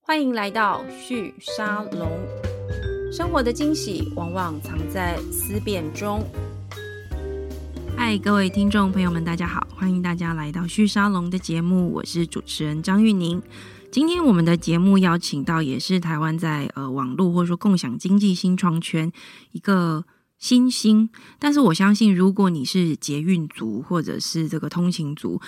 欢迎来到旭沙龙。生活的惊喜往往藏在思辨中。嗨，各位听众朋友们，大家好，欢迎大家来到旭沙龙的节目，我是主持人张玉宁。今天我们的节目邀请到也是台湾在呃网络或者说共享经济新创圈一个新星，但是我相信如果你是捷运族或者是这个通勤族，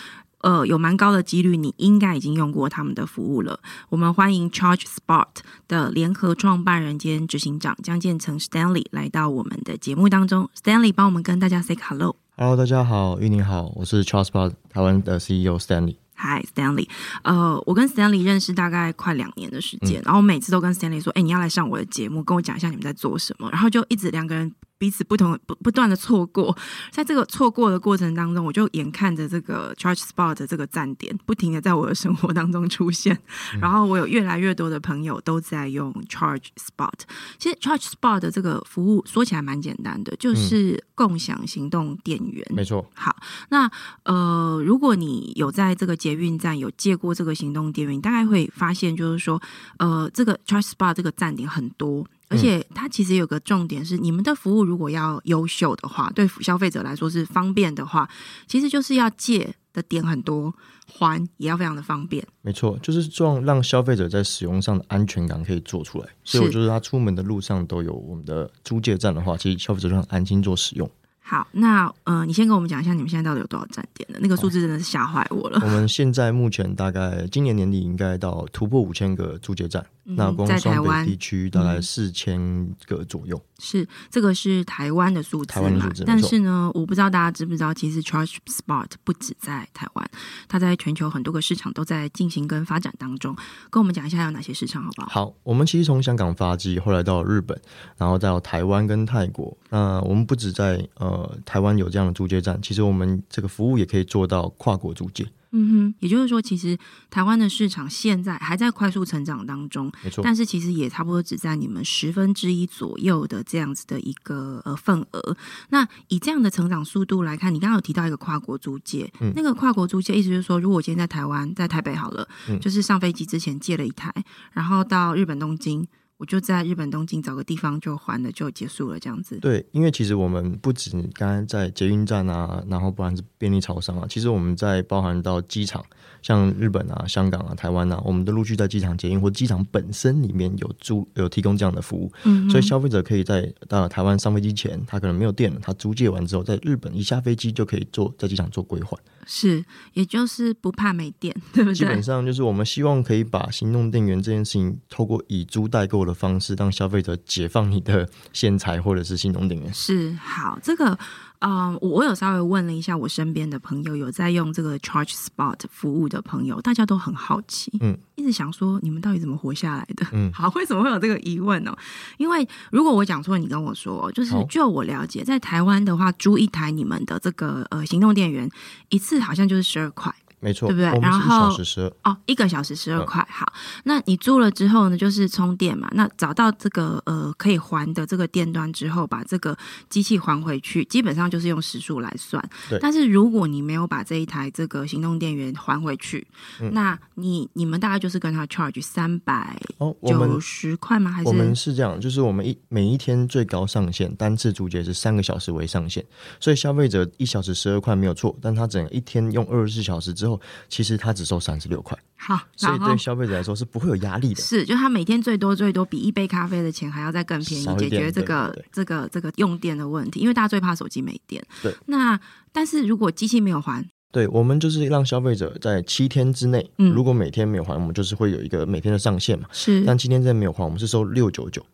呃，有蛮高的几率你应该已经用过他们的服务了。我们欢迎 Charge Spot 的联合创办人兼执行长江建成 Stanley 来到我们的节目当中。Stanley 帮我们跟大家 say hello。 Hello，大家好，玉宁好，我是 Charles p a 台湾的 CEO Stanley。 Hi Stanley，呃，我跟 Stanley 认识大概快两年的时间，然后每次都跟 Stanley 说，哎、你要来上我的节目，跟我讲一下你们在做什么，然后就一直两个人彼此不同不不断的错过，在这个错过的过程当中，我就眼看着这个 Charge Spot 的这个站点不停的在我的生活当中出现， 然后我有越来越多的朋友都在用 Charge Spot。其实 Charge Spot 的这个服务说起来蛮简单的，就是共享行动电源。没错，好，那呃，如果你有在这个捷运站有借过这个行动电源，你大概会发现，就是说，呃，这个 Charge Spa 这个站点很多，而且它其实有个重点是，你们的服务如果要优秀的话，对消费者来说是方便的话，其实就是要借的点很多，还也要非常的方便。没错，就是这样让消费者在使用上的安全感可以做出来。所以是我觉得他出门的路上都有我们的租借站的话，其实消费者就很安心做使用。好，那呃，你先跟我们讲一下你们现在到底有多少站点的？那个数字真的是吓坏我了。我们现在目前大概今年年底应该到突破五千个租借站，那光嗯在台双湾嗯北地区大概四千个左右。是这个是台湾的数字台湾的嘛数？字没错但是呢，我不知道大家知不知道，其实 Charge Spot 不止在台湾，它在全球很多个市场都在进行跟发展当中。跟我们讲一下有哪些市场好不好？好，我们其实从香港发迹，后来到日本，然后再到台湾跟泰国。那我们不止在呃台湾有这样的租借站，其实我们这个服务也可以做到跨国租借。嗯哼，也就是说，其实台湾的市场现在还在快速成长当中，没错，但是其实也差不多只占你们十分之一左右的这样子的一个呃份额。那以这样的成长速度来看，你刚刚有提到一个跨国租借，嗯那个跨国租借意思就是说，如果我今天在台湾，在台北好了，嗯就是上飞机之前借了一台，然后到日本东京，我就在日本东京找个地方就还了，就结束了这样子。对，因为其实我们不止刚刚在捷运站啊，然后不然是便利超商啊，其实我们在包含到机场，像日本啊、香港啊、台湾啊，我们都陆续在机场捷运或机场本身里面有租有提供这样的服务，嗯所以消费者可以在到台湾上飞机前，他可能没有电了，他租借完之后，在日本一下飞机就可以做在机场做归还。是，也就是不怕没电，对不基嗯对本？上就是我们希望可以把行动电源这件事情，透过以租代购的方式，让消费者解放你的 线材或者是行动电源。是好，这个，嗯、我我有稍微问了一下我身边的朋友，有在用这个 Charge Spot 服务的朋友，大家都很好奇，嗯，一直想说你们到底怎么活下来的？嗯好，为什么会有这个疑问呢、因为如果我讲错，你跟我说，就是好就我了解，在台湾的话，租一台你们的这个呃行动电源，一次好像就是十二块。没错，对不对我们是然一后小时十二。哦，一个小时十二嗯块，好。那你租了之后呢，就是充电嘛。那找到这个呃可以还的这个电端之后，把这个机器还回去，基本上就是用时数来算对。但是如果你没有把这一台这个行动电源还回去，嗯那你你们大概就是跟他 charge 三百哦，我九们十块吗？还我们是是这样，就是我们一每一天最高上限单次租借是三个小时为上限，所以消费者一小时十二块没有错，但他整个一天用二十四小时之后，其实他只收三十六块，好？所以然后对消费者来说是不会有压力的。是，就他每天最多最多比一杯咖啡的钱还要再更便少宜，一解点决这个对对这个这个用电的问题，因为大家最怕手机没电。对，那但是如果机器没有啊还，对，我们就是让消费者在七天之内，嗯如果每天没有还，我们就是会有一个每天的上限嘛。是但七天之内没有还，我们是收六九九，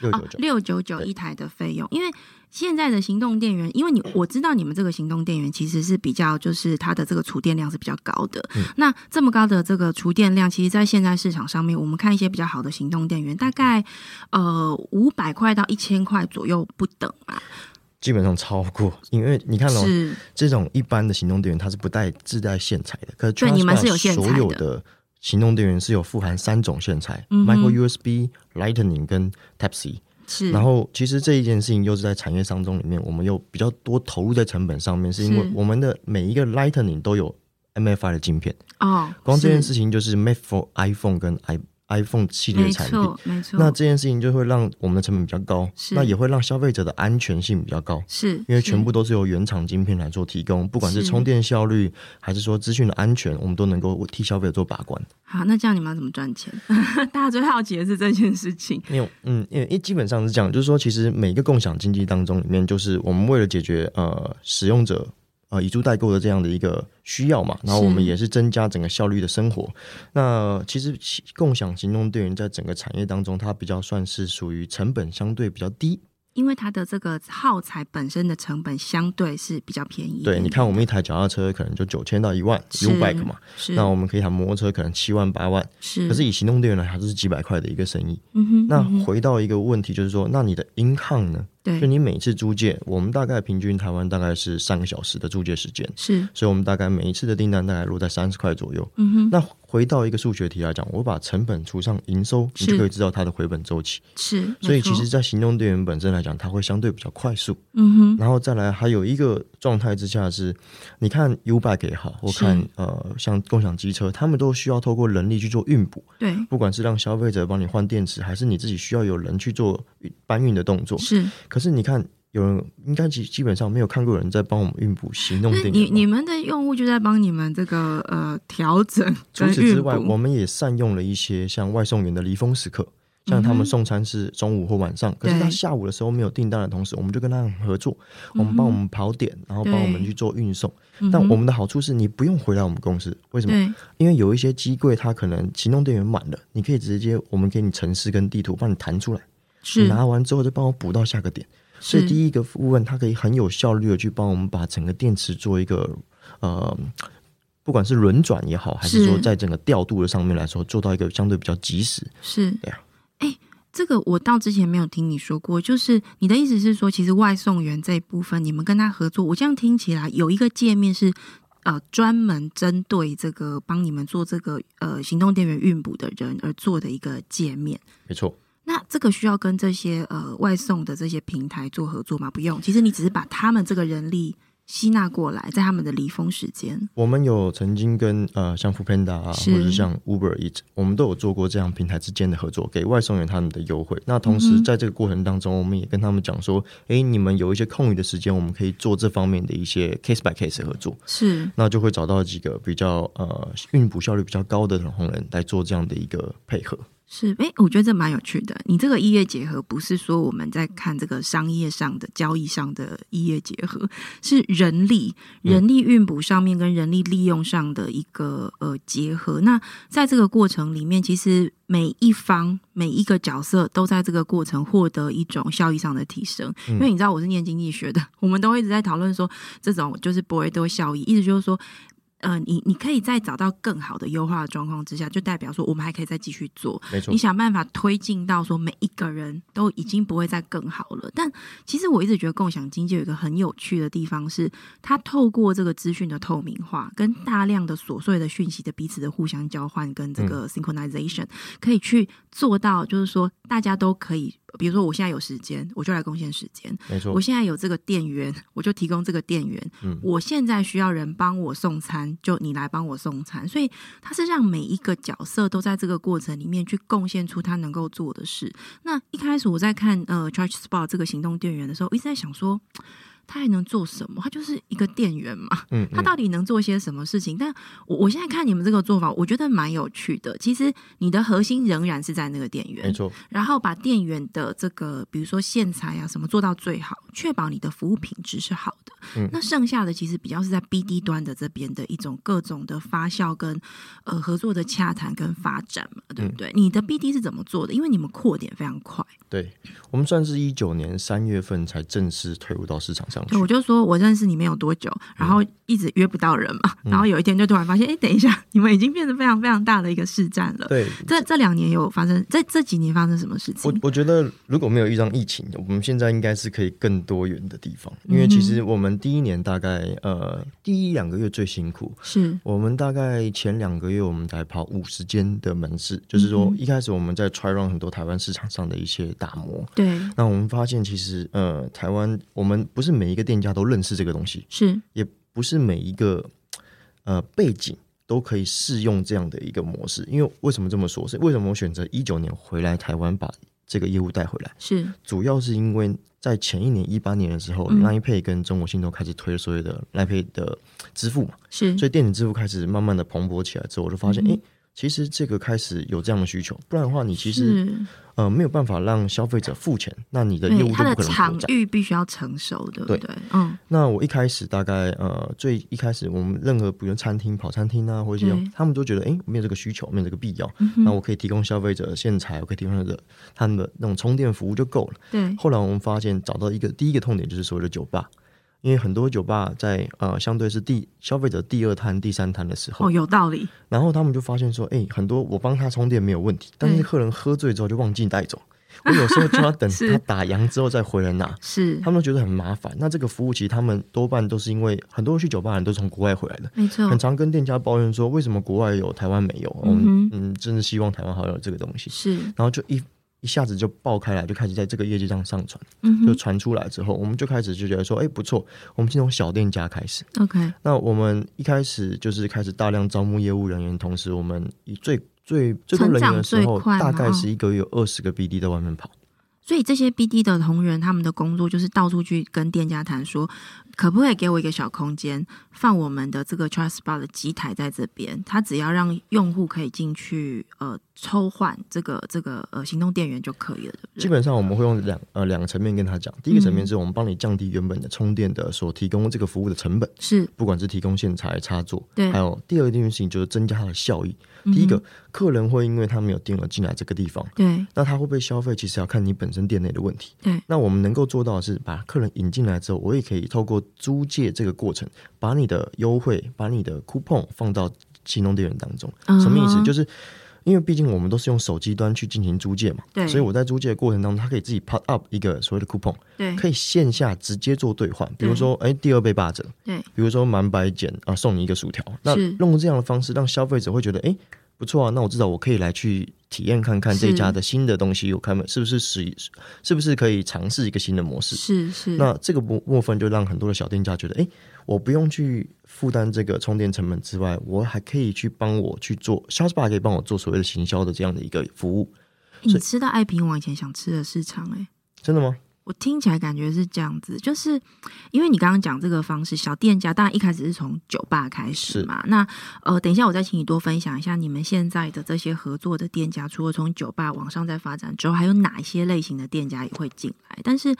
六哦九九。六九九对一台的费用，因为现在的行动电源，因为你我知道你们这个行动电源其实是比较就是它的这个储电量是比较高的，嗯那这么高的这个储电量，其实在现在市场上面，我们看一些比较好的行动电源，大概呃五百块到一千块左右不等嘛，基本上超过，因为你看哦，是这种一般的行动电源它是不带自带线材的，可是对 Charge 你们是有 Bar 线材的所有的行动电源是有富含三种线材、嗯 m 哼 i c r o USB、Lightning 跟 Type C。是，然后其实这一件事情又是在产业商中里面，我们又比较多投入在成本上面，是因为是我们的每一个 Lightning 都有 MFI 的晶片，哦，光是这件事情就是 made for iPhone 跟 i iPhone 系列没的产品。错，没错，那这件事情就会让我们的成本比较高，是那也会让消费者的安全性比较高，是因为是全部都是由原厂晶片来做提供，不管是是充电效率还是说资讯的安全，我们都能够替消费者做把关。好。那这样你们要怎么赚钱？ 大家最好奇的是这件事情。因为嗯，因为因为基本上是这样，就是说，其实每一个共享经济当中里面，就是我们为了解决呃使用者呃以租代购的这样的一个需要嘛，然后我们也是增加整个效率的生活。那其实其共享行动电源在整个产业当中，它比较算是属于成本相对比较低。因为它的这个耗材本身的成本相对是比较便宜一点。对，你看我们一台脚踏车可能就九千到一万是 U bike 嘛，是那我们可以谈摩托车可能七万八万，是，可是以行动电源来，它就是几百块的一个生意。嗯哼，那嗯哼回到一个问题，就是说，那你的 income 呢？就对你每次租借，我们大概平均台湾大概是三个小时的租借时间，是所以我们大概每一次的订单大概落在三十块左右。嗯哼那回到一个数学题来讲，我把成本除上营收，你是就可以知道它的回本周期。是，没所以其错实，在行动电源本身来讲，它会相对比较快速。嗯哼然后再来，还有一个状态之下是，你看 U bike 也好，或是看呃像共享机车，他们都需要透过人力去做运补，对不管是让消费者帮你换电池，还是你自己需要有人去做搬运的动作。是，可是你看，有人应该基基本上没有看过有人在帮我们运补行动就是电嗯你源吧。你们的用户就在帮你们这个呃调整除跟此运之外，我补，嗯们也善用了一些像外送员的离峰时刻，像他嗯哼们送餐是中午或晚上，可是他对下午的时候没有订单的同时，我们就跟他们合作，我嗯哼们帮我们跑点，然后帮我们对去做运送。嗯但哼我们的好处是你不用回来我们公司，为什么？对因为有一些机柜它可能行动电源满了，你可以直接我们给你城市跟地图帮你弹出来，你是拿完之后就帮我补到下个点。所以嗯是第一个部分，它可以很有效率的去帮我们把整个电池做一个呃，不管是轮转也好，还是是说在整个调度的上面来说，做到一个相对比较及时。是，对啊哎、这个我到之前没有听你说过，就是你的意思是说，其实外送员这一部分，你们跟他合作，我这样听起来有一个界面是。呃，专门针对这个帮你们做这个呃行动电源运补的人而做的一个界面，没错，那这个需要跟这些呃外送的这些平台做合作吗？不用，其实你只是把他们这个人力吸纳过来，在他们的离峰时间，我们有曾经跟呃像 Foodpanda 啊，是或者是像 Uber Eat，我们都有做过这样平台之间的合作，给外送员他们的优惠。那同嗯时哼在这个过程当中，我们也跟他们讲说，诶，你们有一些空余的时间，我们可以做这方面的一些 case by case 的合作。是那就会找到几个比较呃运补效率比较高的红人来做这样的一个配合。是，哎、我觉得这蛮有趣的。你这个异业结合，不是说我们在看这个商业上的交易上的异业结合，是人力、人力运补上面跟人力利用上的一个呃结合。那在这个过程里面，其实每一方每一个角色都在这个过程获得一种效益上的提升。因为你知道我是念经济学的，我们都一直在讨论说这种就是博维多效益，意思就是说呃，你你可以再找到更好的优化的状况之下，就代表说我们还可以再继续做。没错你，想办法推进到说每一个人都已经不会再更好了。但其实我一直觉得共享经济有一个很有趣的地方是，它透过这个资讯的透明化，跟大量的琐碎的讯息的彼此的互相交换，跟这个 synchronization，、可以去做到，就是说大家都可以，比如说我现在有时间，我就来贡献时间。没错我，现在有这个电源， 我就提供这个电源。嗯我现在需要人帮我送餐，就你来帮我送餐。所以它是让每一个角色都在这个过程里面去贡献出他能够做的事。那一开始我在看呃 Charge Spot 这个行动电源的时候，我一直在想说，它还能做什么？它就是一个电源嘛。嗯他嗯，到底能做些什么事情？但我我现在看你们这个做法，我觉得蛮有趣的。其实你的核心仍然是在那个电源，没错，然后把电源的这个，比如说线材啊什么做到最好，确保你的服务品质是好的。嗯那剩下的其实比较是在 BD 端的这边的一种各种的发酵跟呃合作的洽谈跟发展嘛，对嗯不对？你的 BD 是怎么做的？因为你们扩点非常快，对我们算是一九年三月份才正式推入到市场上去对，。我就说我认识你们有多久，然后嗯一直约不到人嘛，然后有一天就突然发现，哎，等一下，你们已经变得非常非常大的一个市占了。对，这这两年有发生，这这几年发生什么事情我？我觉得如果没有遇上疫情，我们现在应该是可以更多元的地方，因为其实我们第一年大概呃第一两个月最辛苦，是我们大概前两个月，我们才跑五十间的门市，就嗯是说一开始我们在 try run 很多台湾市场上的一些打磨。对，那我们发现，其实呃，台湾我们不是每一个店家都认识这个东西，是也不是每一个呃背景都可以适用这样的一个模式。因为为什么这么说？是为什么我选择一九年回来台湾把这个业务带回来？是主要是因为在前一年一八年的时候、嗯 l i n e Pay 跟中国信托开始推所谓的 Line Pay 的支付嘛，是，所以电子支付开始慢慢的蓬勃起来之后，我就发现，嗯哎、其实这个开始有这样的需求，不然的话，你其实是呃没有办法让消费者付钱，那你的业嗯对务嗯就它不的可能场扩展。域必须要成熟，对不对对？嗯，那我一开始大概呃最一开始我们任何比如餐厅跑餐厅啊，或者一对嗯些他们都觉得哎、诶没有这个需求，没有这个必要，那我可以提供消费者线材，我可以提供消费者他们的那种充电服务就够了。对，后来我们发现找到一个第一个痛点就是所谓的酒吧，因为很多酒吧在呃相对是第消费者第二摊、第三摊的时候，哦，有道理，然后他们就发现说，哎、很多我帮他充电没有问题，但是嗯客人喝醉之后就忘记带走，我有时候就 要等是他打烊之后再回来拿。是他们都觉得很麻烦。那这个服务其实他们多半都是因为很多人去酒吧的人都从国外回来的，没错很，常跟店家抱怨说为什么国外有台湾没有？嗯嗯哼嗯，真的希望台湾好有这个东西。是，然后就一一下子就爆开来，就开始在这个业界上上传，嗯就哼传出来之后，我们就开始就觉得说，哎、不错，我们先从小店家开始。 ，OK，那我们一开始就是开始大量招募业务人员，同时我们以最最最多人员的时成长最候，快嘛大概哦是一个月有二十个 BD 在外面跑。所以这些 BD 的同仁，他们的工作就是到处去跟店家谈说，可不可以给我一个小空间，放我们的这个 Trust Bar 的机台在这边，他只要让用户可以进去呃抽换这个这个呃行动电源就可以了，对不基对？本上我们会用两呃两个层面跟他讲，第一个层面嗯是我们帮你降低原本的充电的所提供这个服务的成本，是不管是提供线材、插座，对还有第二件事情就是增加它的效益。嗯第一个，客人会因为他没有电而进来这个地方，对那他会不会消费，其实要看你本身店内的问题。对，那我们能够做到的是，把客人引进来之后，我也可以透过租借这个过程，把你的优惠、把你的 coupon 放到行动电源当中。啊什么意思？就是是因为毕竟我们都是用手机端去进行租借嘛，对所以我在租借的过程当中，它可以自己 pop up 一个所谓的 coupon，对可以线下直接做兑换，比如说哎第二杯八折，对比如说满百减啊送你一个薯条，那是用这样的方式让消费者会觉得哎。不错啊，那我至少我可以来去体验看看这是家的新的东西，有看是不是使是不是可以尝试一个新的模式？是是那这个部部分就让很多的小店家觉得，哎，我不用去负担这个充电成本之外，我还可以去帮我去做 s h o s p a 可以帮我做所谓的行销的这样的一个服务，你吃到爱平我以前想吃的市场哎、欸真的吗？我听起来感觉是这样子，就是因为你刚刚讲这个方式，小店家当然一开始是从酒吧开始是嘛。那呃，等一下我再请你多分享一下你们现在的这些合作的店家，除了从酒吧往上再发展之后，还有哪一些类型的店家也会进来？但是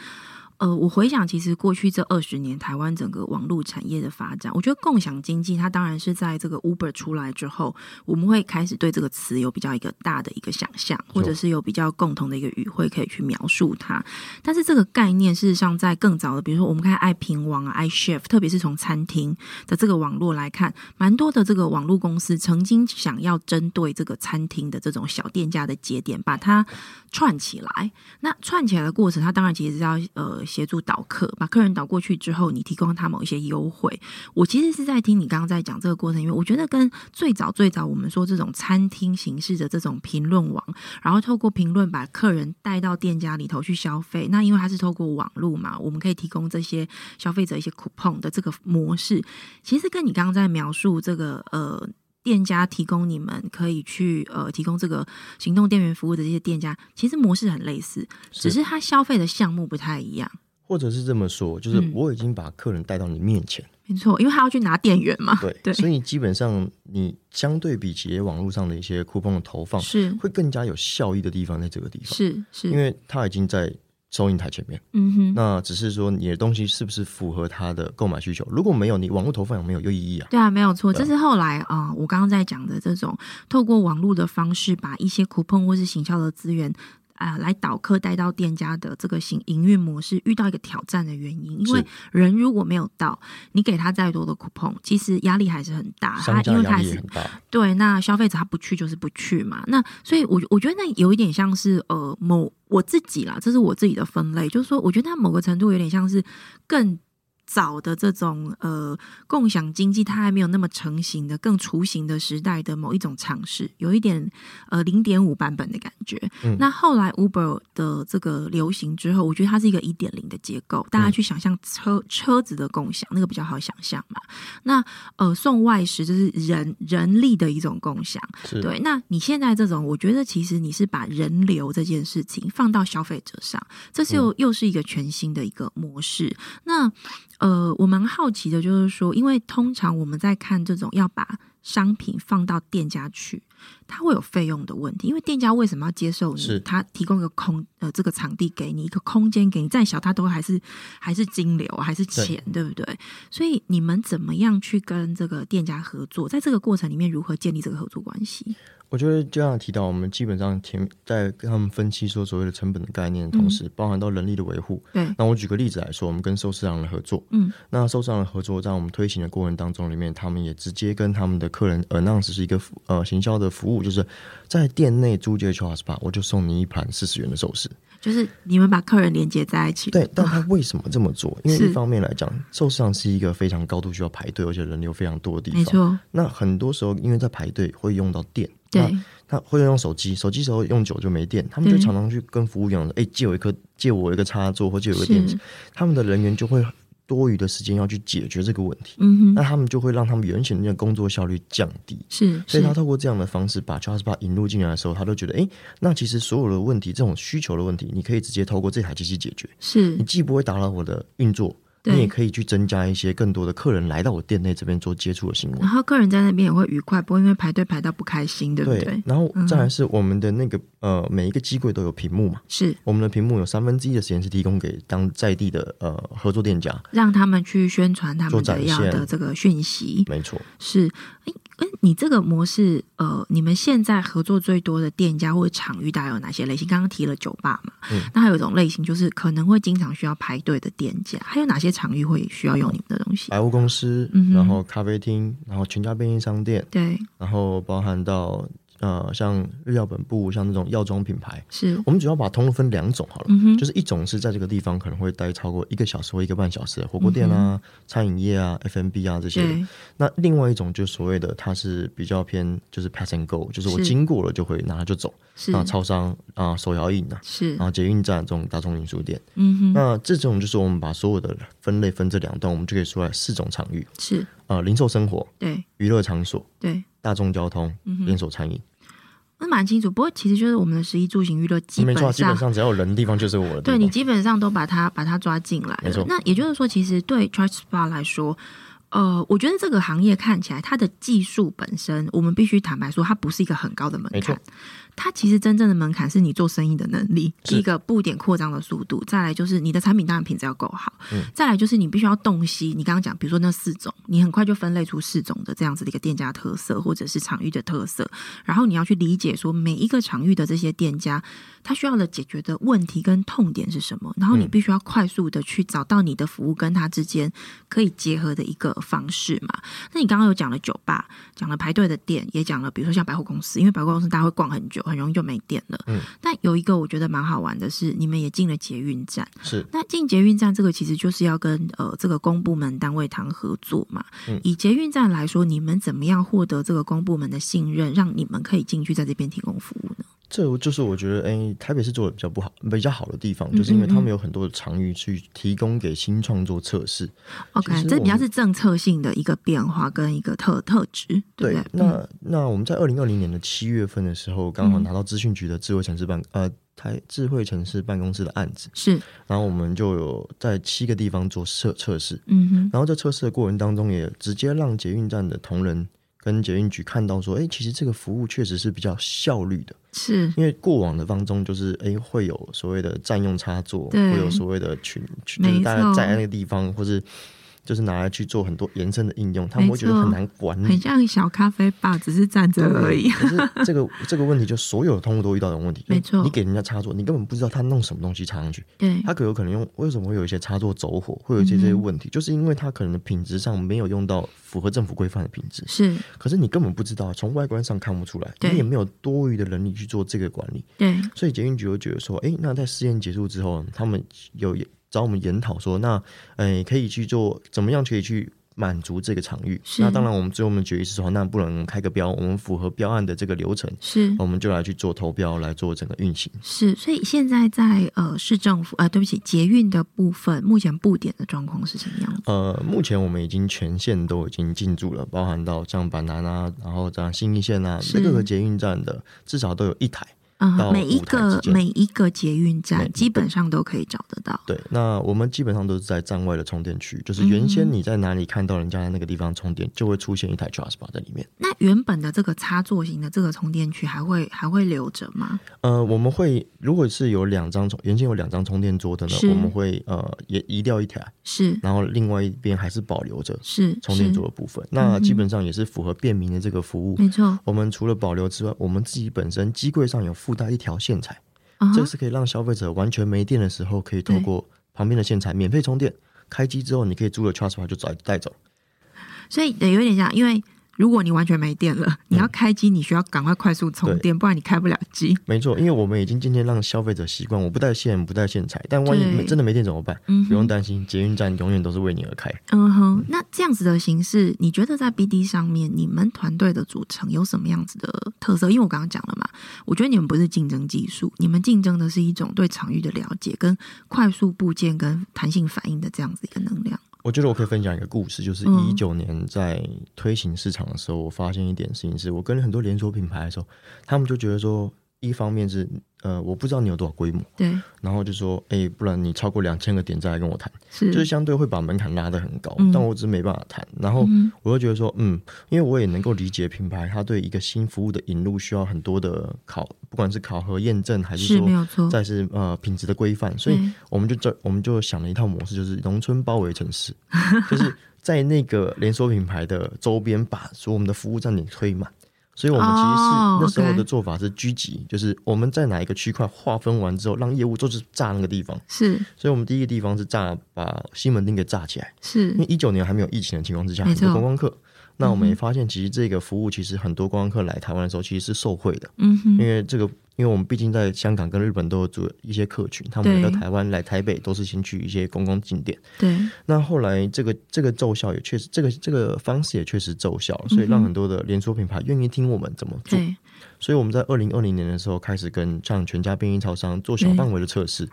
呃，我回想，其实过去这二十年，台湾整个网络产业的发展，我觉得共享经济它当然是在这个 Uber 出来之后，我们会开始对这个词有比较一个大的一个想象，或者是有比较共同的一个语汇可以去描述它。但是这个概念事实上在更早的，比如说我们看爱平网啊、iChef，特别是从餐厅的这个网络来看，蛮多的这个网络公司曾经想要针对这个餐厅的这种小店家的节点，把它串起来。那串起来的过程，它当然其实是要呃协助导客，把客人导过去之后，你提供他某一些优惠。我其实是在听你刚刚在讲这个过程，因为我觉得跟最早最早我们说这种餐厅形式的这种评论网，然后透过评论把客人带到店家里头去消费。那因为它是透过网络嘛，我们可以提供这些消费者一些 coupon 的这个模式，其实跟你刚刚在描述这个呃。店家提供你们可以去呃提供这个行动电源服务的这些店家，其实模式很类似，只是它消费的项目不太一样。或者是这么说，就是嗯我已经把客人带到你面前，没错，因为他要去拿电源嘛。对，对所以基本上你相对比起网络上的一些 coupon 的投放，是会更加有效益的地方在这个地方，是是，因为它已经在收银台前面，嗯哼，那只是说你的东西是不是符合它的购买需求，如果没有，你网络投放有没有有意义啊？对啊，没有错，对这啊是后来啊、呃我刚刚在讲的这种透过网络的方式，把一些 coupon 或是行销的资源。啊、来导客带到店家的这个行营运模式遇到一个挑战的原因，因为是人如果没有到，你给他再多的 coupon，其实压力还是很大。他商啊因家为他压还力也是很大，对，那消费者他不去就是不去嘛。那所以我，我觉得那有一点像是呃某我自己啦，这是我自己的分类，就是说，我觉得它某个程度有点像是更早的这种呃共享经济，它还没有那么成型的、更雏形的时代的某一种尝试，有一点呃零点五版本的感觉。嗯那后来 Uber 的这个流行之后，我觉得它是一个一点零的结构，大家去想象车车子的共享，那个比较好想象嘛。那呃送外食就是人人力的一种共享，是对，那你现在这种，我觉得其实你是把人流这件事情放到消费者上，这是又、又是一个全新的一个模式。那呃，我蛮好奇的，就是说，因为通常我们在看这种要把商品放到店家去，它会有费用的问题，因为店家为什么要接受你是？他提供一个空呃这个场地给你一个空间给你，再小他都还是还是金流还是钱，对不对？所以你们怎么样去跟这个店家合作？在这个过程里面，如何建立这个合作关系？我觉得就像提到，我们基本上前在跟他们分析说所谓的成本的概念，同嗯时包含到人力的维护。对那我举个例子来说，我们跟寿司郎的合作，嗯，那寿司郎的合作在我们推行的过程当中里面，他们也直接跟他们的客人 announce 是一个服呃行销的服务，就是在店内租借 c h a r spa，我就送你一盘四十元的寿司。就是你们把客人连接在一起。对，但他为什么这么做？因为是一方面来讲，寿司郎是一个非常高度需要排队，而且人流非常多的地没方。错，那很多时候因为在排队会用到电，那对，他会用手机，手机时候用久就没电，他们就对常常去跟服务员说：“哎、借我一颗，借我一个插座或借我一个电池是。”他们的人员就会多余的时间要去解决这个问题，嗯那哼，他们就会让他们原先的工作效率降低。是，所以他是透过这样的方式把 c h a r l s p a 引入进来的时候，他都觉得，哎、那其实所有的问题，这种需求的问题，你可以直接透过这台机器解决。是你，既不会打扰我的运作，对你也可以去增加一些更多的客人来到我店内这边做接触的行为然。后客人在那边也会愉快，不会因为排队排到不开心，啊对不嗯对？然后再来是我们的那个、呃，每一个机柜都有屏幕嘛，是我们的屏幕有三分之一的时间是提供给当在地的呃合作店家，让他们去宣传他做们展的要现的这个讯息。没错。是，哎哎，你这个模式，呃，你们现在合作最多的店家或者场域，大概有哪些类型？刚刚提了酒吧嘛，嗯那还有一种类型就是可能会经常需要排队的店家，还有哪些场域会需要用你们的东西？百货公司，嗯哼然后咖啡厅，然后全家便利商店，对，然后包含到呃像日药本部，像那种药妆品牌，是，我们主要把通路分两种好了，嗯哼就是一种是在这个地方可能会待超过一个小时或一个半小时的火锅店啊、餐饮业啊、F&B 啊这些。嗯对，那另外一种就是所谓的它是比较偏就是 pass and go，就是我是经过了就会拿它就走是啊，超商啊、手摇饮啊，是然，后捷运站这种大众运输店。嗯哼，那这种就是我们把所有的分类分这两段，我们就可以说来四种场域：是，呃，零售生活、对，娱乐场所、对，大众交通、嗯连锁餐饮。那蛮清楚。不过其实就是我们的食衣住行娱乐基没本错上，啊，基本上只要有人的地方就是我的地对方。你基本上都把它把它抓进来没了错。那也就是说，其实对 Charge Spa 来说。呃，我觉得这个行业看起来，它的技术本身，我们必须坦白说，它不是一个很高的门没槛错。它其实真正的门槛是你做生意的能力，是第一个步点扩张的速度，再来就是你的产品当然品质要够好，嗯再来就是你必须要洞悉你刚刚讲，比如说那四种，你很快就分类出四种的这样子的一个店家特色或者是场域的特色，然后你要去理解说每一个场域的这些店家，他需要的解决的问题跟痛点是什么，然嗯后你必须要快速的去找到你的服务跟他之间可以结合的一个方式嘛。那你刚刚有讲了酒吧，讲了排队的店，也讲了比如说像百货公司，因为百货公司大家会逛很久，很容易就没电了。嗯，但有一个我觉得蛮好玩的是，你们也进了捷运站。是那进捷运站这个其实就是要跟呃这个公部门单位谈合作嘛。嗯以捷运站来说，你们怎么样获得这个公部门的信任，让你们可以进去在这边提供服务呢？这就是我觉得，哎、台北市做的比较不好、比较好的地嗯方，就是因为他们有很多的场域去提供给新创作测试。其 OK，实这比较我们是政策性的一个变化跟一个特特质，对不对？嗯那那我们在二零二零年的七月份的时候，刚好拿到资讯局的智慧城市办、呃台智慧城市办公室的案子，是，然后我们就有在七个地方做测测试，嗯哼，然后在测试的过程当中，也直接让捷运站的同仁跟捷运局看到说，哎、其实这个服务确实是比较效率的。是因为过往的当中就是，哎，会有所谓的占用插座，对会有所谓的群，群没就是大家错站在那个地方，或是就是拿来去做很多延伸的应用，他们没会觉得错很难管很理。像小咖啡吧，只是站着而 已。可是这个这个问题，就所有的通路都遇到的 问题。没错你给人家插座，你根本不知道他弄什么东西插上去，对，他可有可能用为什么会有一些插座走火，会有一些嗯这些问题，就是因为他可能品质上没有用到符合政府规范的品质，是，可是你根本不知道，从外观上看不出来，对你也没有多余的人力去做这个管理。对，所以捷运局就觉得说，诶，那在试验结束之后，他们有找我们研讨说，那诶、可以去做怎么样可以去满足这个场域？是那当然，我们最后我们决议是说，那不能开个标，我们符合标案的这个流程，是我们就来去做投标，来做整个运行。是，所以现在在呃市政府呃，对不起，捷运的部分，目前布点的状况是什么样子？呃，目前我们已经全线都已经进驻了，包含到像板南啊，然后像新义线啊，是各个捷运站的至少都有一台。嗯，到每一舞台个之间每一个捷运每站一基本上都可以找得到。对，那我们基本上都是在站外的充电区，就是原先你在哪里看到人家在那个地方充电，就会出现一台 Chargebar 在里面。那原本的这个插座型的这个充电区还会还会留着吗？呃，我们会如果是有两张充，原先有两张充电桌的呢是，我们会呃也移掉一台，是然后另外一边还是保留着是充电是桌的部分。那基本上也是符合便民的这个服务。没错，我们除了保留之外，我们自己本身机柜上有附带一条线材，啊这是可以让消费者完全没电的时候，可以透过旁边的线材免费充电。开机之后，你可以租了 Chargebar 就带带走。所以有一点像，因为如果你完全没电了，嗯你要开机，你需要赶快快速充电，不然你开不了机。没错，因为我们已经渐渐让消费者习惯，我不带线，不带线材，但万一对没真的没电怎么办？嗯哼不用担心，捷运站永远都是为你而开。嗯哼，那这样子的形式，你觉得在 BD 上面，你们团队的组成有什么样子的特色？因为我刚刚讲了嘛，我觉得你们不是竞争技术，你们竞争的是一种对场域的了解，跟快速部件跟弹性反应的这样子一个能量。我觉得我可以分享一个故事，就是嗯一九年在推行市场的时候，我发现一点事情是，我跟很多连锁品牌的时候，他们就觉得说，一方面是呃，我不知道你有多少规模，对，然后就说，哎、不然你超过两千个点再来跟我谈，是，就是相对会把门槛拉得很高，嗯但我只是没办法谈。然后嗯我又觉得说，嗯，因为我也能够理解品牌它对一个新服务的引入需要很多的考，不管是考核验证还是是没说。有错，再是呃品质的规范，所以对我们就这我们就想了一套模式，就是农村包围城市， 就是在那个连锁品牌的周边，把所有我们的服务站点推满。所以我们其实是、哦那时候 OK 的做法是居集，就是我们在哪一个区块划分完之后，让业务就是炸那个地方。是所以我们第一个地方是炸，把西门町给炸起来。因是，为一九年还没有疫情的情况之下，没很错嗯多观光客，那我们也发现，其实这个服务其实很多观光客来台湾的时候，其实是受惠的，嗯哼，因为这个，因为我们毕竟在香港跟日本都有做一些客群，他们来对到台湾来台北都是先去一些公共景点。对，那后来这个这个奏效也确实，这个这个方式也确实奏效，所以让很多的连锁品牌愿意听我们怎么做。嗯对，所以我们在二零二零年的时候开始跟像全家便利超商做小嗯范围的测试。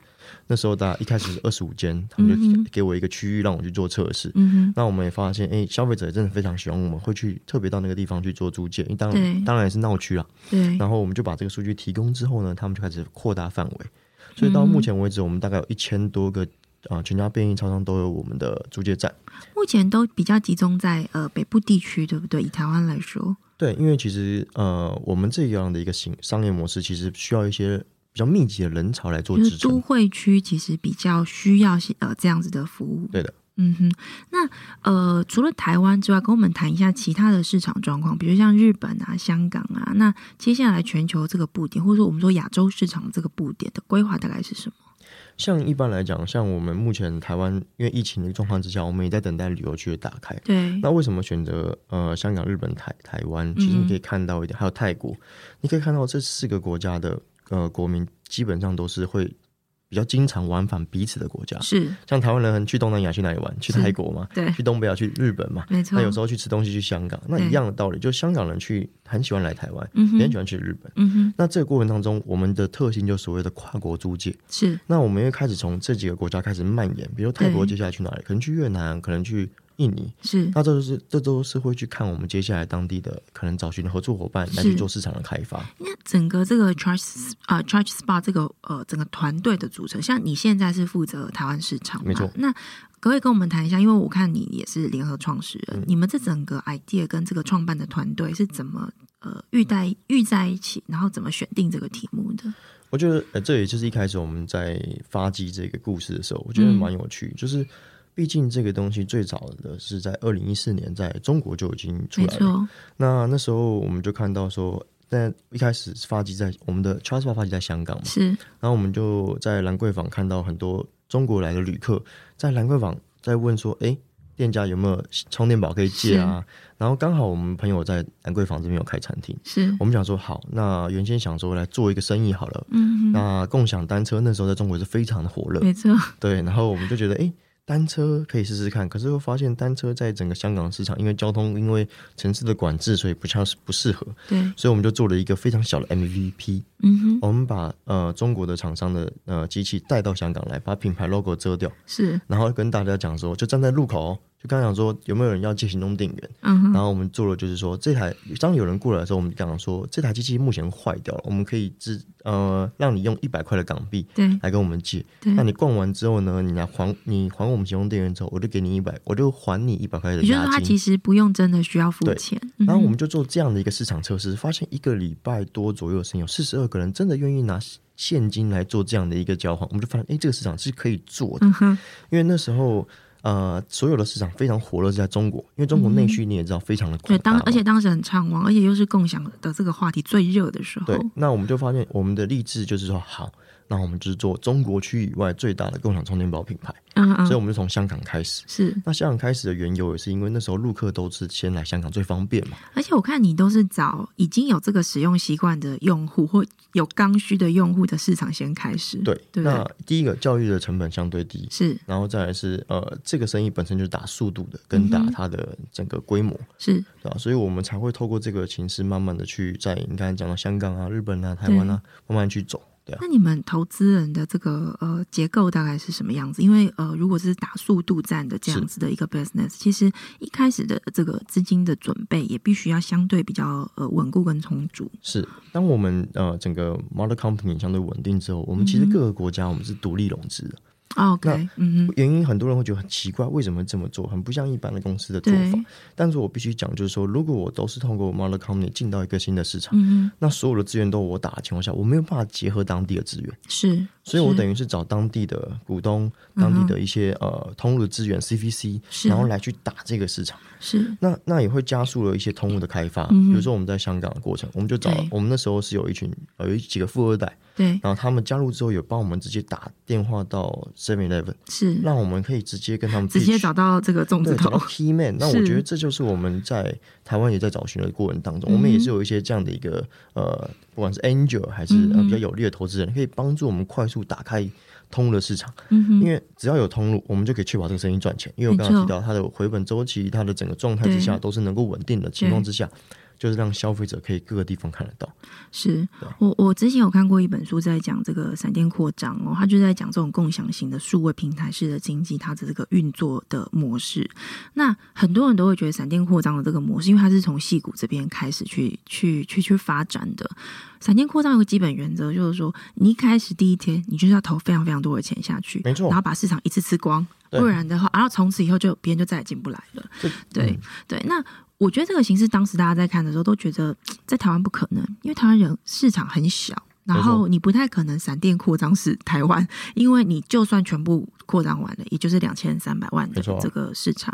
那时候大家一开始是二十五间，他们嗯哼就给我一个区域让我去做测试。嗯哼，那我们也发现，哎、消费者真的非常喜欢我们，会去特别到那个地方去做租借，因为当对然当然也是闹区啊啦。对，然后我们就把这个数据提供之后呢，他们就开始扩大范围。所以到目前为止，我们大概有一千多个啊、呃全家便利超商都有我们的租借站。目前都比较集中在呃北部地区，对不对？以台湾来说，对，因为其实呃，我们这样的一个行商业模式，其实需要一些比较密集的人潮来做就支是都撑。会区其实比较需要是呃这样子的服务。对的。嗯哼，那呃，除了台湾之外，跟我们谈一下其他的市场状况，比如像日本啊、香港啊。那接下来全球这个布点，或者说我们说亚洲市场这个布点的规划大概是什么？像一般来讲，像我们目前台湾因为疫情的状况之下，我们也在等待旅游区的打开。对，那为什么选择呃香港、日本、台台湾？其实嗯你可以看到一点，还有泰国，你可以看到这四个国家的呃国民基本上都是会比较经常往返彼此的国家。是，像台湾人去东南亚去哪里玩？去是泰 国嘛，对，去东北亚去日本嘛。没错。那有时候去吃东西去香港，那对一样的道理，就香港人去很喜欢来台湾，嗯也很喜哼，欢去日本。嗯哼，那这个过程当中，我们的特性就是所谓的跨国租借。是那我们又开始从这几个国家开始蔓延，比如说泰国对接下来去哪里？可能去越南，可能去印尼，是，那这都是这都是会去看我们接下来当地的可能找寻合作伙伴来是去做市场的开发。那整个这个 Charge 啊、Charge Spa 这个呃整个团队的组成，像你现在是负责台湾市场嘛，没错那可不可以跟我们谈一下？因为我看你也是联合创始嗯人，你们这整个 idea 跟这个创办的团队是怎么呃遇在遇在一起，然后怎么选定这个题目的？我觉得呃，这也就是一开始我们在发迹这个故事的时候，我觉得嗯蛮有趣，就是毕竟这个东西最早的是在二零一四年在中国就已经出没来了。错，那那时候我们就看到说。但一开始发迹在我们的 c h a r l e 发迹在香港嘛，是然后我们就在兰桂坊看到很多中国来的旅客在兰桂坊在问说：“哎，店家有没有充电宝可以借啊？然后刚好我们朋友在兰桂坊这边有开餐厅，是，我们想说好，那原先想说来做一个生意好了。嗯哼，那共享单车那时候在中国是非常的火热，没错，对，然后我们就觉得，哎，单车可以试试看，可是又发现单车在整个香港市场，因为交通，因为城市的管制，所以不恰不适合，对，所以我们就做了一个非常小的 MVP，嗯哼，我们把呃中国的厂商的呃机器带到香港来，把品牌 logo 遮掉，是，然后跟大家讲说，就站在路口哦、就刚讲说有没有人要借行动电源，嗯哼，然后我们做了，就是说这台当有人过来的时候，我们就跟他说这台机器目前坏掉了，我们可以支呃让你用一百块的港币对嗯来跟我们借。对那，你逛完之后呢，你来还你还我们行动电源之后，我就给你一百，我就还你一百块的也就是说，他押其金。实不用真的需要付对钱，然后我们嗯就做这样的一个市场测试，发现一个礼拜多左右的时间，有四十二个人真的愿意拿现金来做这样的一个交换，我们就发现，哎，这个市场是可以做的。哼嗯哼，因为那时候呃，所有的市场非常火热是在中国，因为中国内需你也知道非常的对，广大当嘛、而且当时很畅旺，而且又是共享的这个话题最热的时候，对，那我们就发现我们的立志就是说，好，那我们就是做中国区以外最大的共享充电宝品牌，嗯所以嗯，我们就从香港开始。是，那香港开始的缘由也是因为那时候陆客都是先来香港最方便嘛，而且我看你都是找已经有这个使用习惯的用户或有刚需的用户的市场先开始，对。对不那对？第一个教育的成本相对低，是然后再来是呃，这个生意本身就是打速度的，跟嗯打它的整个规模，是，对吧、所以我们才会透过这个形式，慢慢的去在你刚才讲到香港啊、日本啊、台湾啊，慢慢去走，对啊。那你们投资人的这个呃结构大概是什么样子？因为呃，如果是打速度战的这样是子的一个 business，其实一开始的这个资金的准备也必须要相对比较呃稳固跟充足。是，当我们呃整个 model company 相对稳定之后，我们其实嗯哼各个国家我们是独立融资的，哦 OK，嗯哼，原因很多人会觉得很奇怪，为什么这么做，很不像一般的公司的做法对。，嗯但是我必须讲，就是说，如果我都是通过 model company 进到一个新的市场，嗯哼，那所有的资源都我打的情况下，我没有办法结合当地的资源，是，所以我是等于是找当地的股东、当地的一些、呃通路的资源 CVC，是然后来去打这个市场。是那那也会加速了一些通路的开发，嗯哼比如说我们在香港的过程，我们就找对我们那时候是有一群呃有一几个富二代，对然后他们加入之后有帮我们直接打电话到 Seven Eleven，是，让我们可以直接跟他们直接 pitch 找到这个粽子对，找到头， key man。那我是觉得这就是我们在台湾也在找寻的过程当中，嗯哼我们也是有一些这样的一个呃，不管是 angel 还是嗯呃哼比较有利的投资人，可以帮助我们快速打开通路的市场。嗯因哼，为只要有通路，我们就可以确保这个生意赚钱。因为我刚刚提到它的回本周期，它的整个状态之下对都是能够稳定的情况之下，就是让消费者可以各个地方看得到。是对啊我我之前有看过一本书，在讲这个闪电扩张哦，它就在讲这种共享型的数位平台式的经济，它的这个运作的模式。那很多人都会觉得闪电扩张的这个模式，因为它是从戏骨这边开始去去去去发展的。闪电扩张有个基本原则，就是说你一开始第一天，你就是要投非常非常多的钱下去，没错然后把市场一次吃光，对不然的话，然后从此以后就别人就再也进不来了。这对、嗯对，那我觉得这个形式当时大家在看的时候都觉得在台湾不可能，因为台湾人市场很小。然没后你不太可能闪电扩张是台湾，因为你就算全部扩张完了，也就是两千三百万的没错这个市场。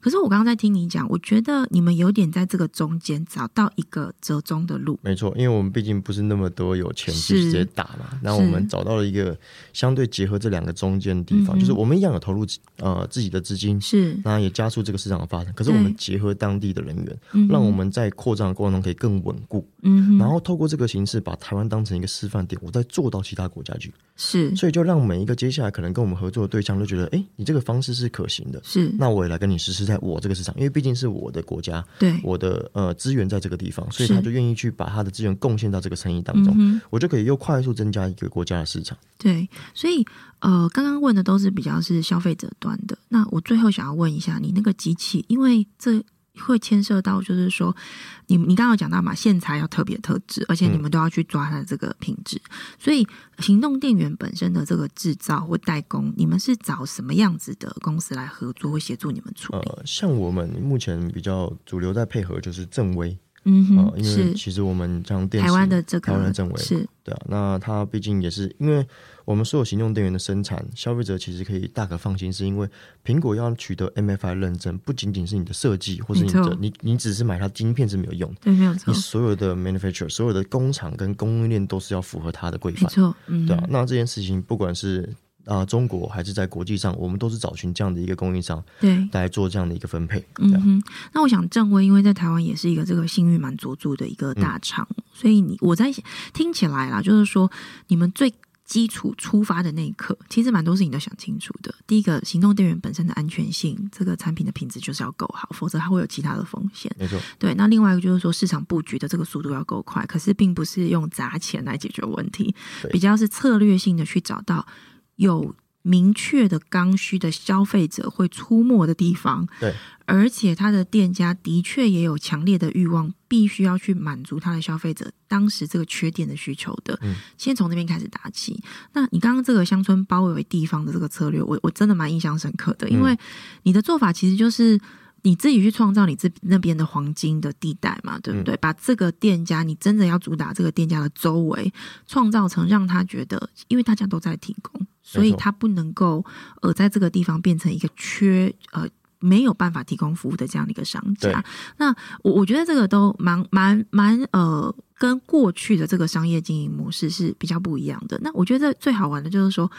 可是我刚刚在听你讲，我觉得你们有点在这个中间找到一个折中的路。没错，因为我们毕竟不是那么多有钱是去直接打嘛，那我们找到了一个相对结合这两个中间的地嗯方，哼就是我们一样有投入呃自己的资金，是，那也加速这个市场的发展，可是对我们结合当地的人员，嗯哼让我，们在扩张的过程中可以更稳固，嗯哼，然后透过这个形式把台湾当成一个示范点，我再做到其他国家去，嗯是所以就让每一个接下来可能跟我们合作的对象都觉得，哎，你这个方式是可行的。是，那我也来跟你实施在我这个市场，因为毕竟是我的国家，对，我的呃资源在这个地方，所以是他就愿意去把他的资源贡献到这个生意当嗯中，哼，我就可以又快速增加一个国家的市场。对，所以呃，刚刚问的都是比较是消费者端的。那我最后想要问一下，你那个机器，因为这会牵涉到，就是说，你你刚刚有讲到嘛，线材要特别特制，而且嗯你们都要去抓它的这个品质。所以，行动电源本身的这个制造或代工，你们是找什么样子的公司来合作或协助你们处理？呃，像我们目前比较主流在配合就是正威，嗯呃，哼，因为是其实我们像电台视湾的这台湾个的政委是对啊，那它毕竟也是因为我们所有行动电源的生产，消费者其实可以大可放心，是因为苹果要取得 MFI 认证，不仅仅是你的设计或是你没错的你你只是买它晶片是没有用的，对，没有错你，所有的 manufacturer 所有的工厂跟供应链都是要符合它的规没范，错，嗯，对啊，那这件事情不管是啊、中国还是在国际上，我们都是找寻这样的一个供应商对，来做这样的一个分配。这嗯样哼，那我想正威因为在台湾也是一个这个信誉蛮卓著的一个大厂，嗯所以你我在听起来啦，就是说你们最基础出发的那一刻，其实蛮多事情都想清楚的。第一个，行动电源本身的安全性，这个产品的品质就是要够好，否则它会有其他的风险。没错，对，那另外一个就是说市场布局的这个速度要够快，可是并不是用砸钱来解决问题，对比较是策略性的去找到有明确的刚需的消费者会出没的地方，对，而且他的店家的确也有强烈的欲望，必须要去满足他的消费者当时这个缺电的需求的，嗯先从那边开始打起。那你刚刚这个乡村包围地方的这个策略，我我真的蛮印象深刻的，因为你的做法其实就是。你自己去创造你这那边的黄金的地带嘛，嗯对不对？把这个店家，你真的要主打这个店家的周围，创造成让他觉得，因为大家都在提供，所以没错他不能够呃在这个地方变成一个缺呃没有办法提供服务的这样的一个商家对。那我我觉得这个都蛮蛮蛮呃。跟过去的这个商业经营模式是比较不一样的。那我觉得最好玩的就是说，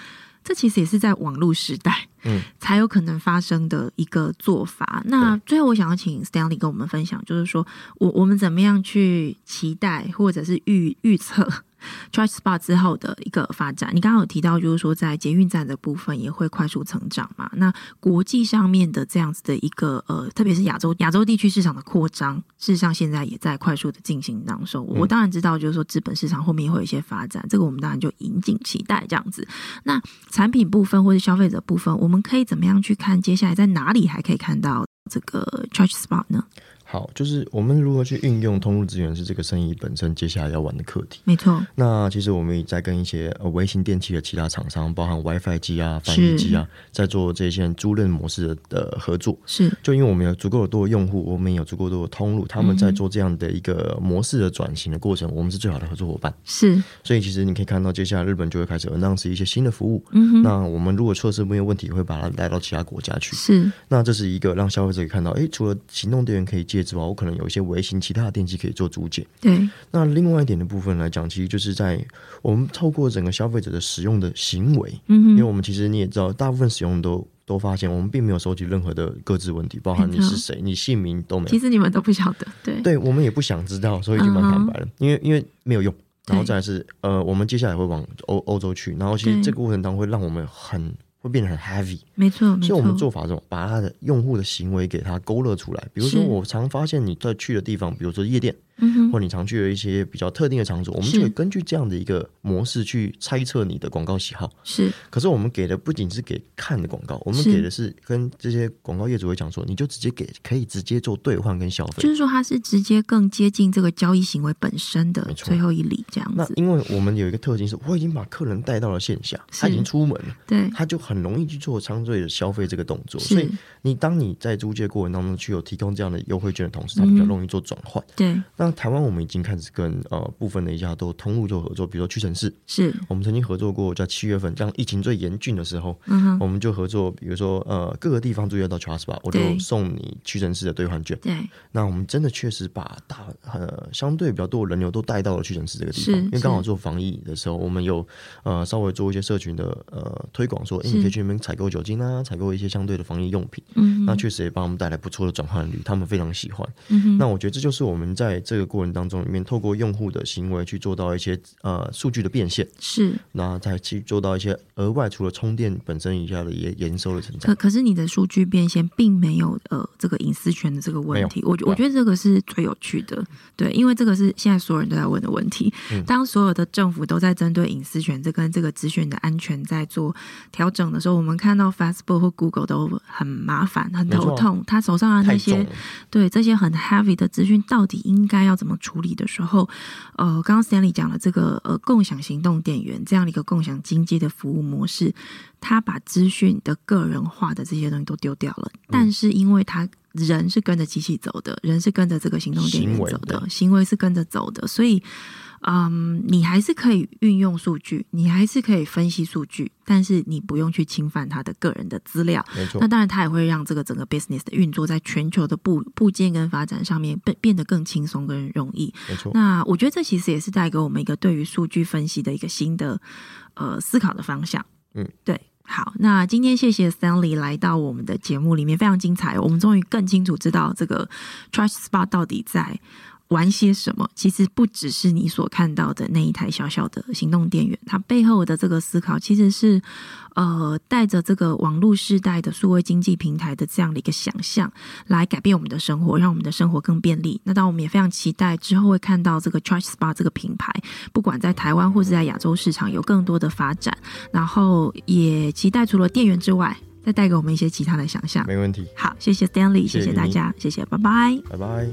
这其实也是在网络时代，嗯，才有可能发生的一个做法。那最后，我想要请 Stanley 跟我们分享，就是说我我们怎么样去期待或者是预预测 Charge Spot 之后的一个发展？你刚刚有提到，就是说在捷运站的部分也会快速成长嘛？那国际上面的这样子的一个呃，特别是亚洲亚洲地区市场的扩张，事实上现在也在快速的进行当中。我当然知道，就是说资本市场后面也会有一些发展，这个我们当然就引颈期待这样子。那产品部分或者消费者部分，我们可以怎么样去看接下来在哪里还可以看到这个 Charge Spot 呢？好，就是我们如何去运用通路资源是这个生意本身接下来要玩的课题。没错，那其实我们也在跟一些呃微型电器的其他厂商，包含 WiFi 机啊、翻译机啊，在做这些租赁模式的的合作。是就因为我们有足够的多的用户，我们有足够多的通路，他们嗯在做这样的一个模式的转型的过程，我们是最好的合作伙伴。是，所以其实你可以看到，接下来日本就会开始 announce 一些新的服务。嗯哼，那我们如果测试没有问题，会把它带到其他国家去。是那这是一个让消费者可以看到，诶，除了行动电源可以借之外，我可能有一些微型其他的电器可以做租借。对，那另外一点的部分来讲，其实就是在我们透过整个消费者的使用的行为，因嗯为哼，我们其实你也知道，大部分使用都都发现我们并没有收集任何的各自问题，包含没你错是谁、你姓名都没其有。实你们都不晓得，对，对我们也不想知道，所以就嗯蛮坦白了，因为因为没有用。然后再来是呃，我们接下来会往欧欧洲去，然后其对实这个过程当中会让我们很会变得很 heavy，没错，没错，所以我们做法是把他的用户的行为给他勾勒出来。比如说，是我常发现你在去的地方，比如说夜店，嗯或哼，你常去的一些比较特定的场所，我们是就会根据这样的一个模式去猜测你的广告喜好。是可是我们给的不仅是给看的广告，我们是给的是跟这些广告业主会讲说，你就直接给，可以直接做兑换跟消就费。是说它是直接更接近这个交易行为本身的没错最后一里这样那子，因为我们有一个特性是，我已经把客人带到了线下，是他已经出门了，对，他就很容易去做相对的消费这个动作。所是以，你当你在租借过程当中去有提供这样的优惠券的同时，他比较嗯容易做转换。对，那台湾我们已经开始跟呃部分的一家都通路做合作，比如说屈臣氏，是，我们曾经合作过，在七月份，这样疫情最严峻的时候，嗯哼，我们就合作，比如说呃各个地方租借到 Trust 吧，我就对送你屈臣氏的兑换券。对，那我们真的确实把大呃相对比较多的人流都带到了屈臣氏这个地方，是因为刚好是做防疫的时候，我们有呃稍微做一些社群的呃推广，说诶是你可以去那边采购酒精啊，采购一些相对的防疫用品。嗯那哼，确实也帮我们带来不错的转换率，他们非常喜欢。嗯哼，那我觉得这就是我们在这个过程当中里面，透过用户的行为去做到一些呃数据的变现。是。那再去做到一些额外除了充电本身以下的也营收的成可长。可是你的数据变现并没有呃这个隐私权的这个问题，我我觉得这个是最有趣的，对，因为这个是现在所有人都在问的问题。嗯当所有的政府都在针对隐私权这跟这个资讯的安全在做调整的时候，我们看到 Facebook 或 Google 都很麻烦、很头没错痛，他手上啊的那太重些了，对这些很 heavy 的资讯到底应该要怎么处理的时候，呃，刚刚 Stanley 讲了这个呃共享行动电源这样的一个共享经济的服务模式，他把资讯的个人化的这些东西都丢掉了，嗯但是因为他人是跟着机器走的，人是跟着这个行动电源行为走的，对行为是跟着走的，所以。嗯，你还是可以运用数据，你还是可以分析数据，但是你不用去侵犯他的个人的资料，没错那，当然，它也会让这个整个 business 的运作在全球的部部件跟发展上面变变得更轻松跟容易。没错，那我觉得这其实也是带给我们一个对于数据分析的一个新的呃思考的方向。嗯，对。好，那今天谢谢 Stanley 来到我们的节目里面，非常精彩哦。我们终于更清楚知道这个 Trash Spa 到底在玩些什么。其实不只是你所看到的那一台小小的行动电源，它背后的这个思考其实是呃带着这个网络时代的数位经济平台的这样的一个想象，来改变我们的生活，让我们的生活更便利。那当然，我们也非常期待之后会看到这个 Trash Spa 这个品牌，不管在台湾或是在亚洲市场有更多的发展。然后也期待除了店员之外，再带给我们一些其他的想象。没问题，好，谢谢 Stanley，谢谢谢谢大你家，谢谢，拜拜。拜拜。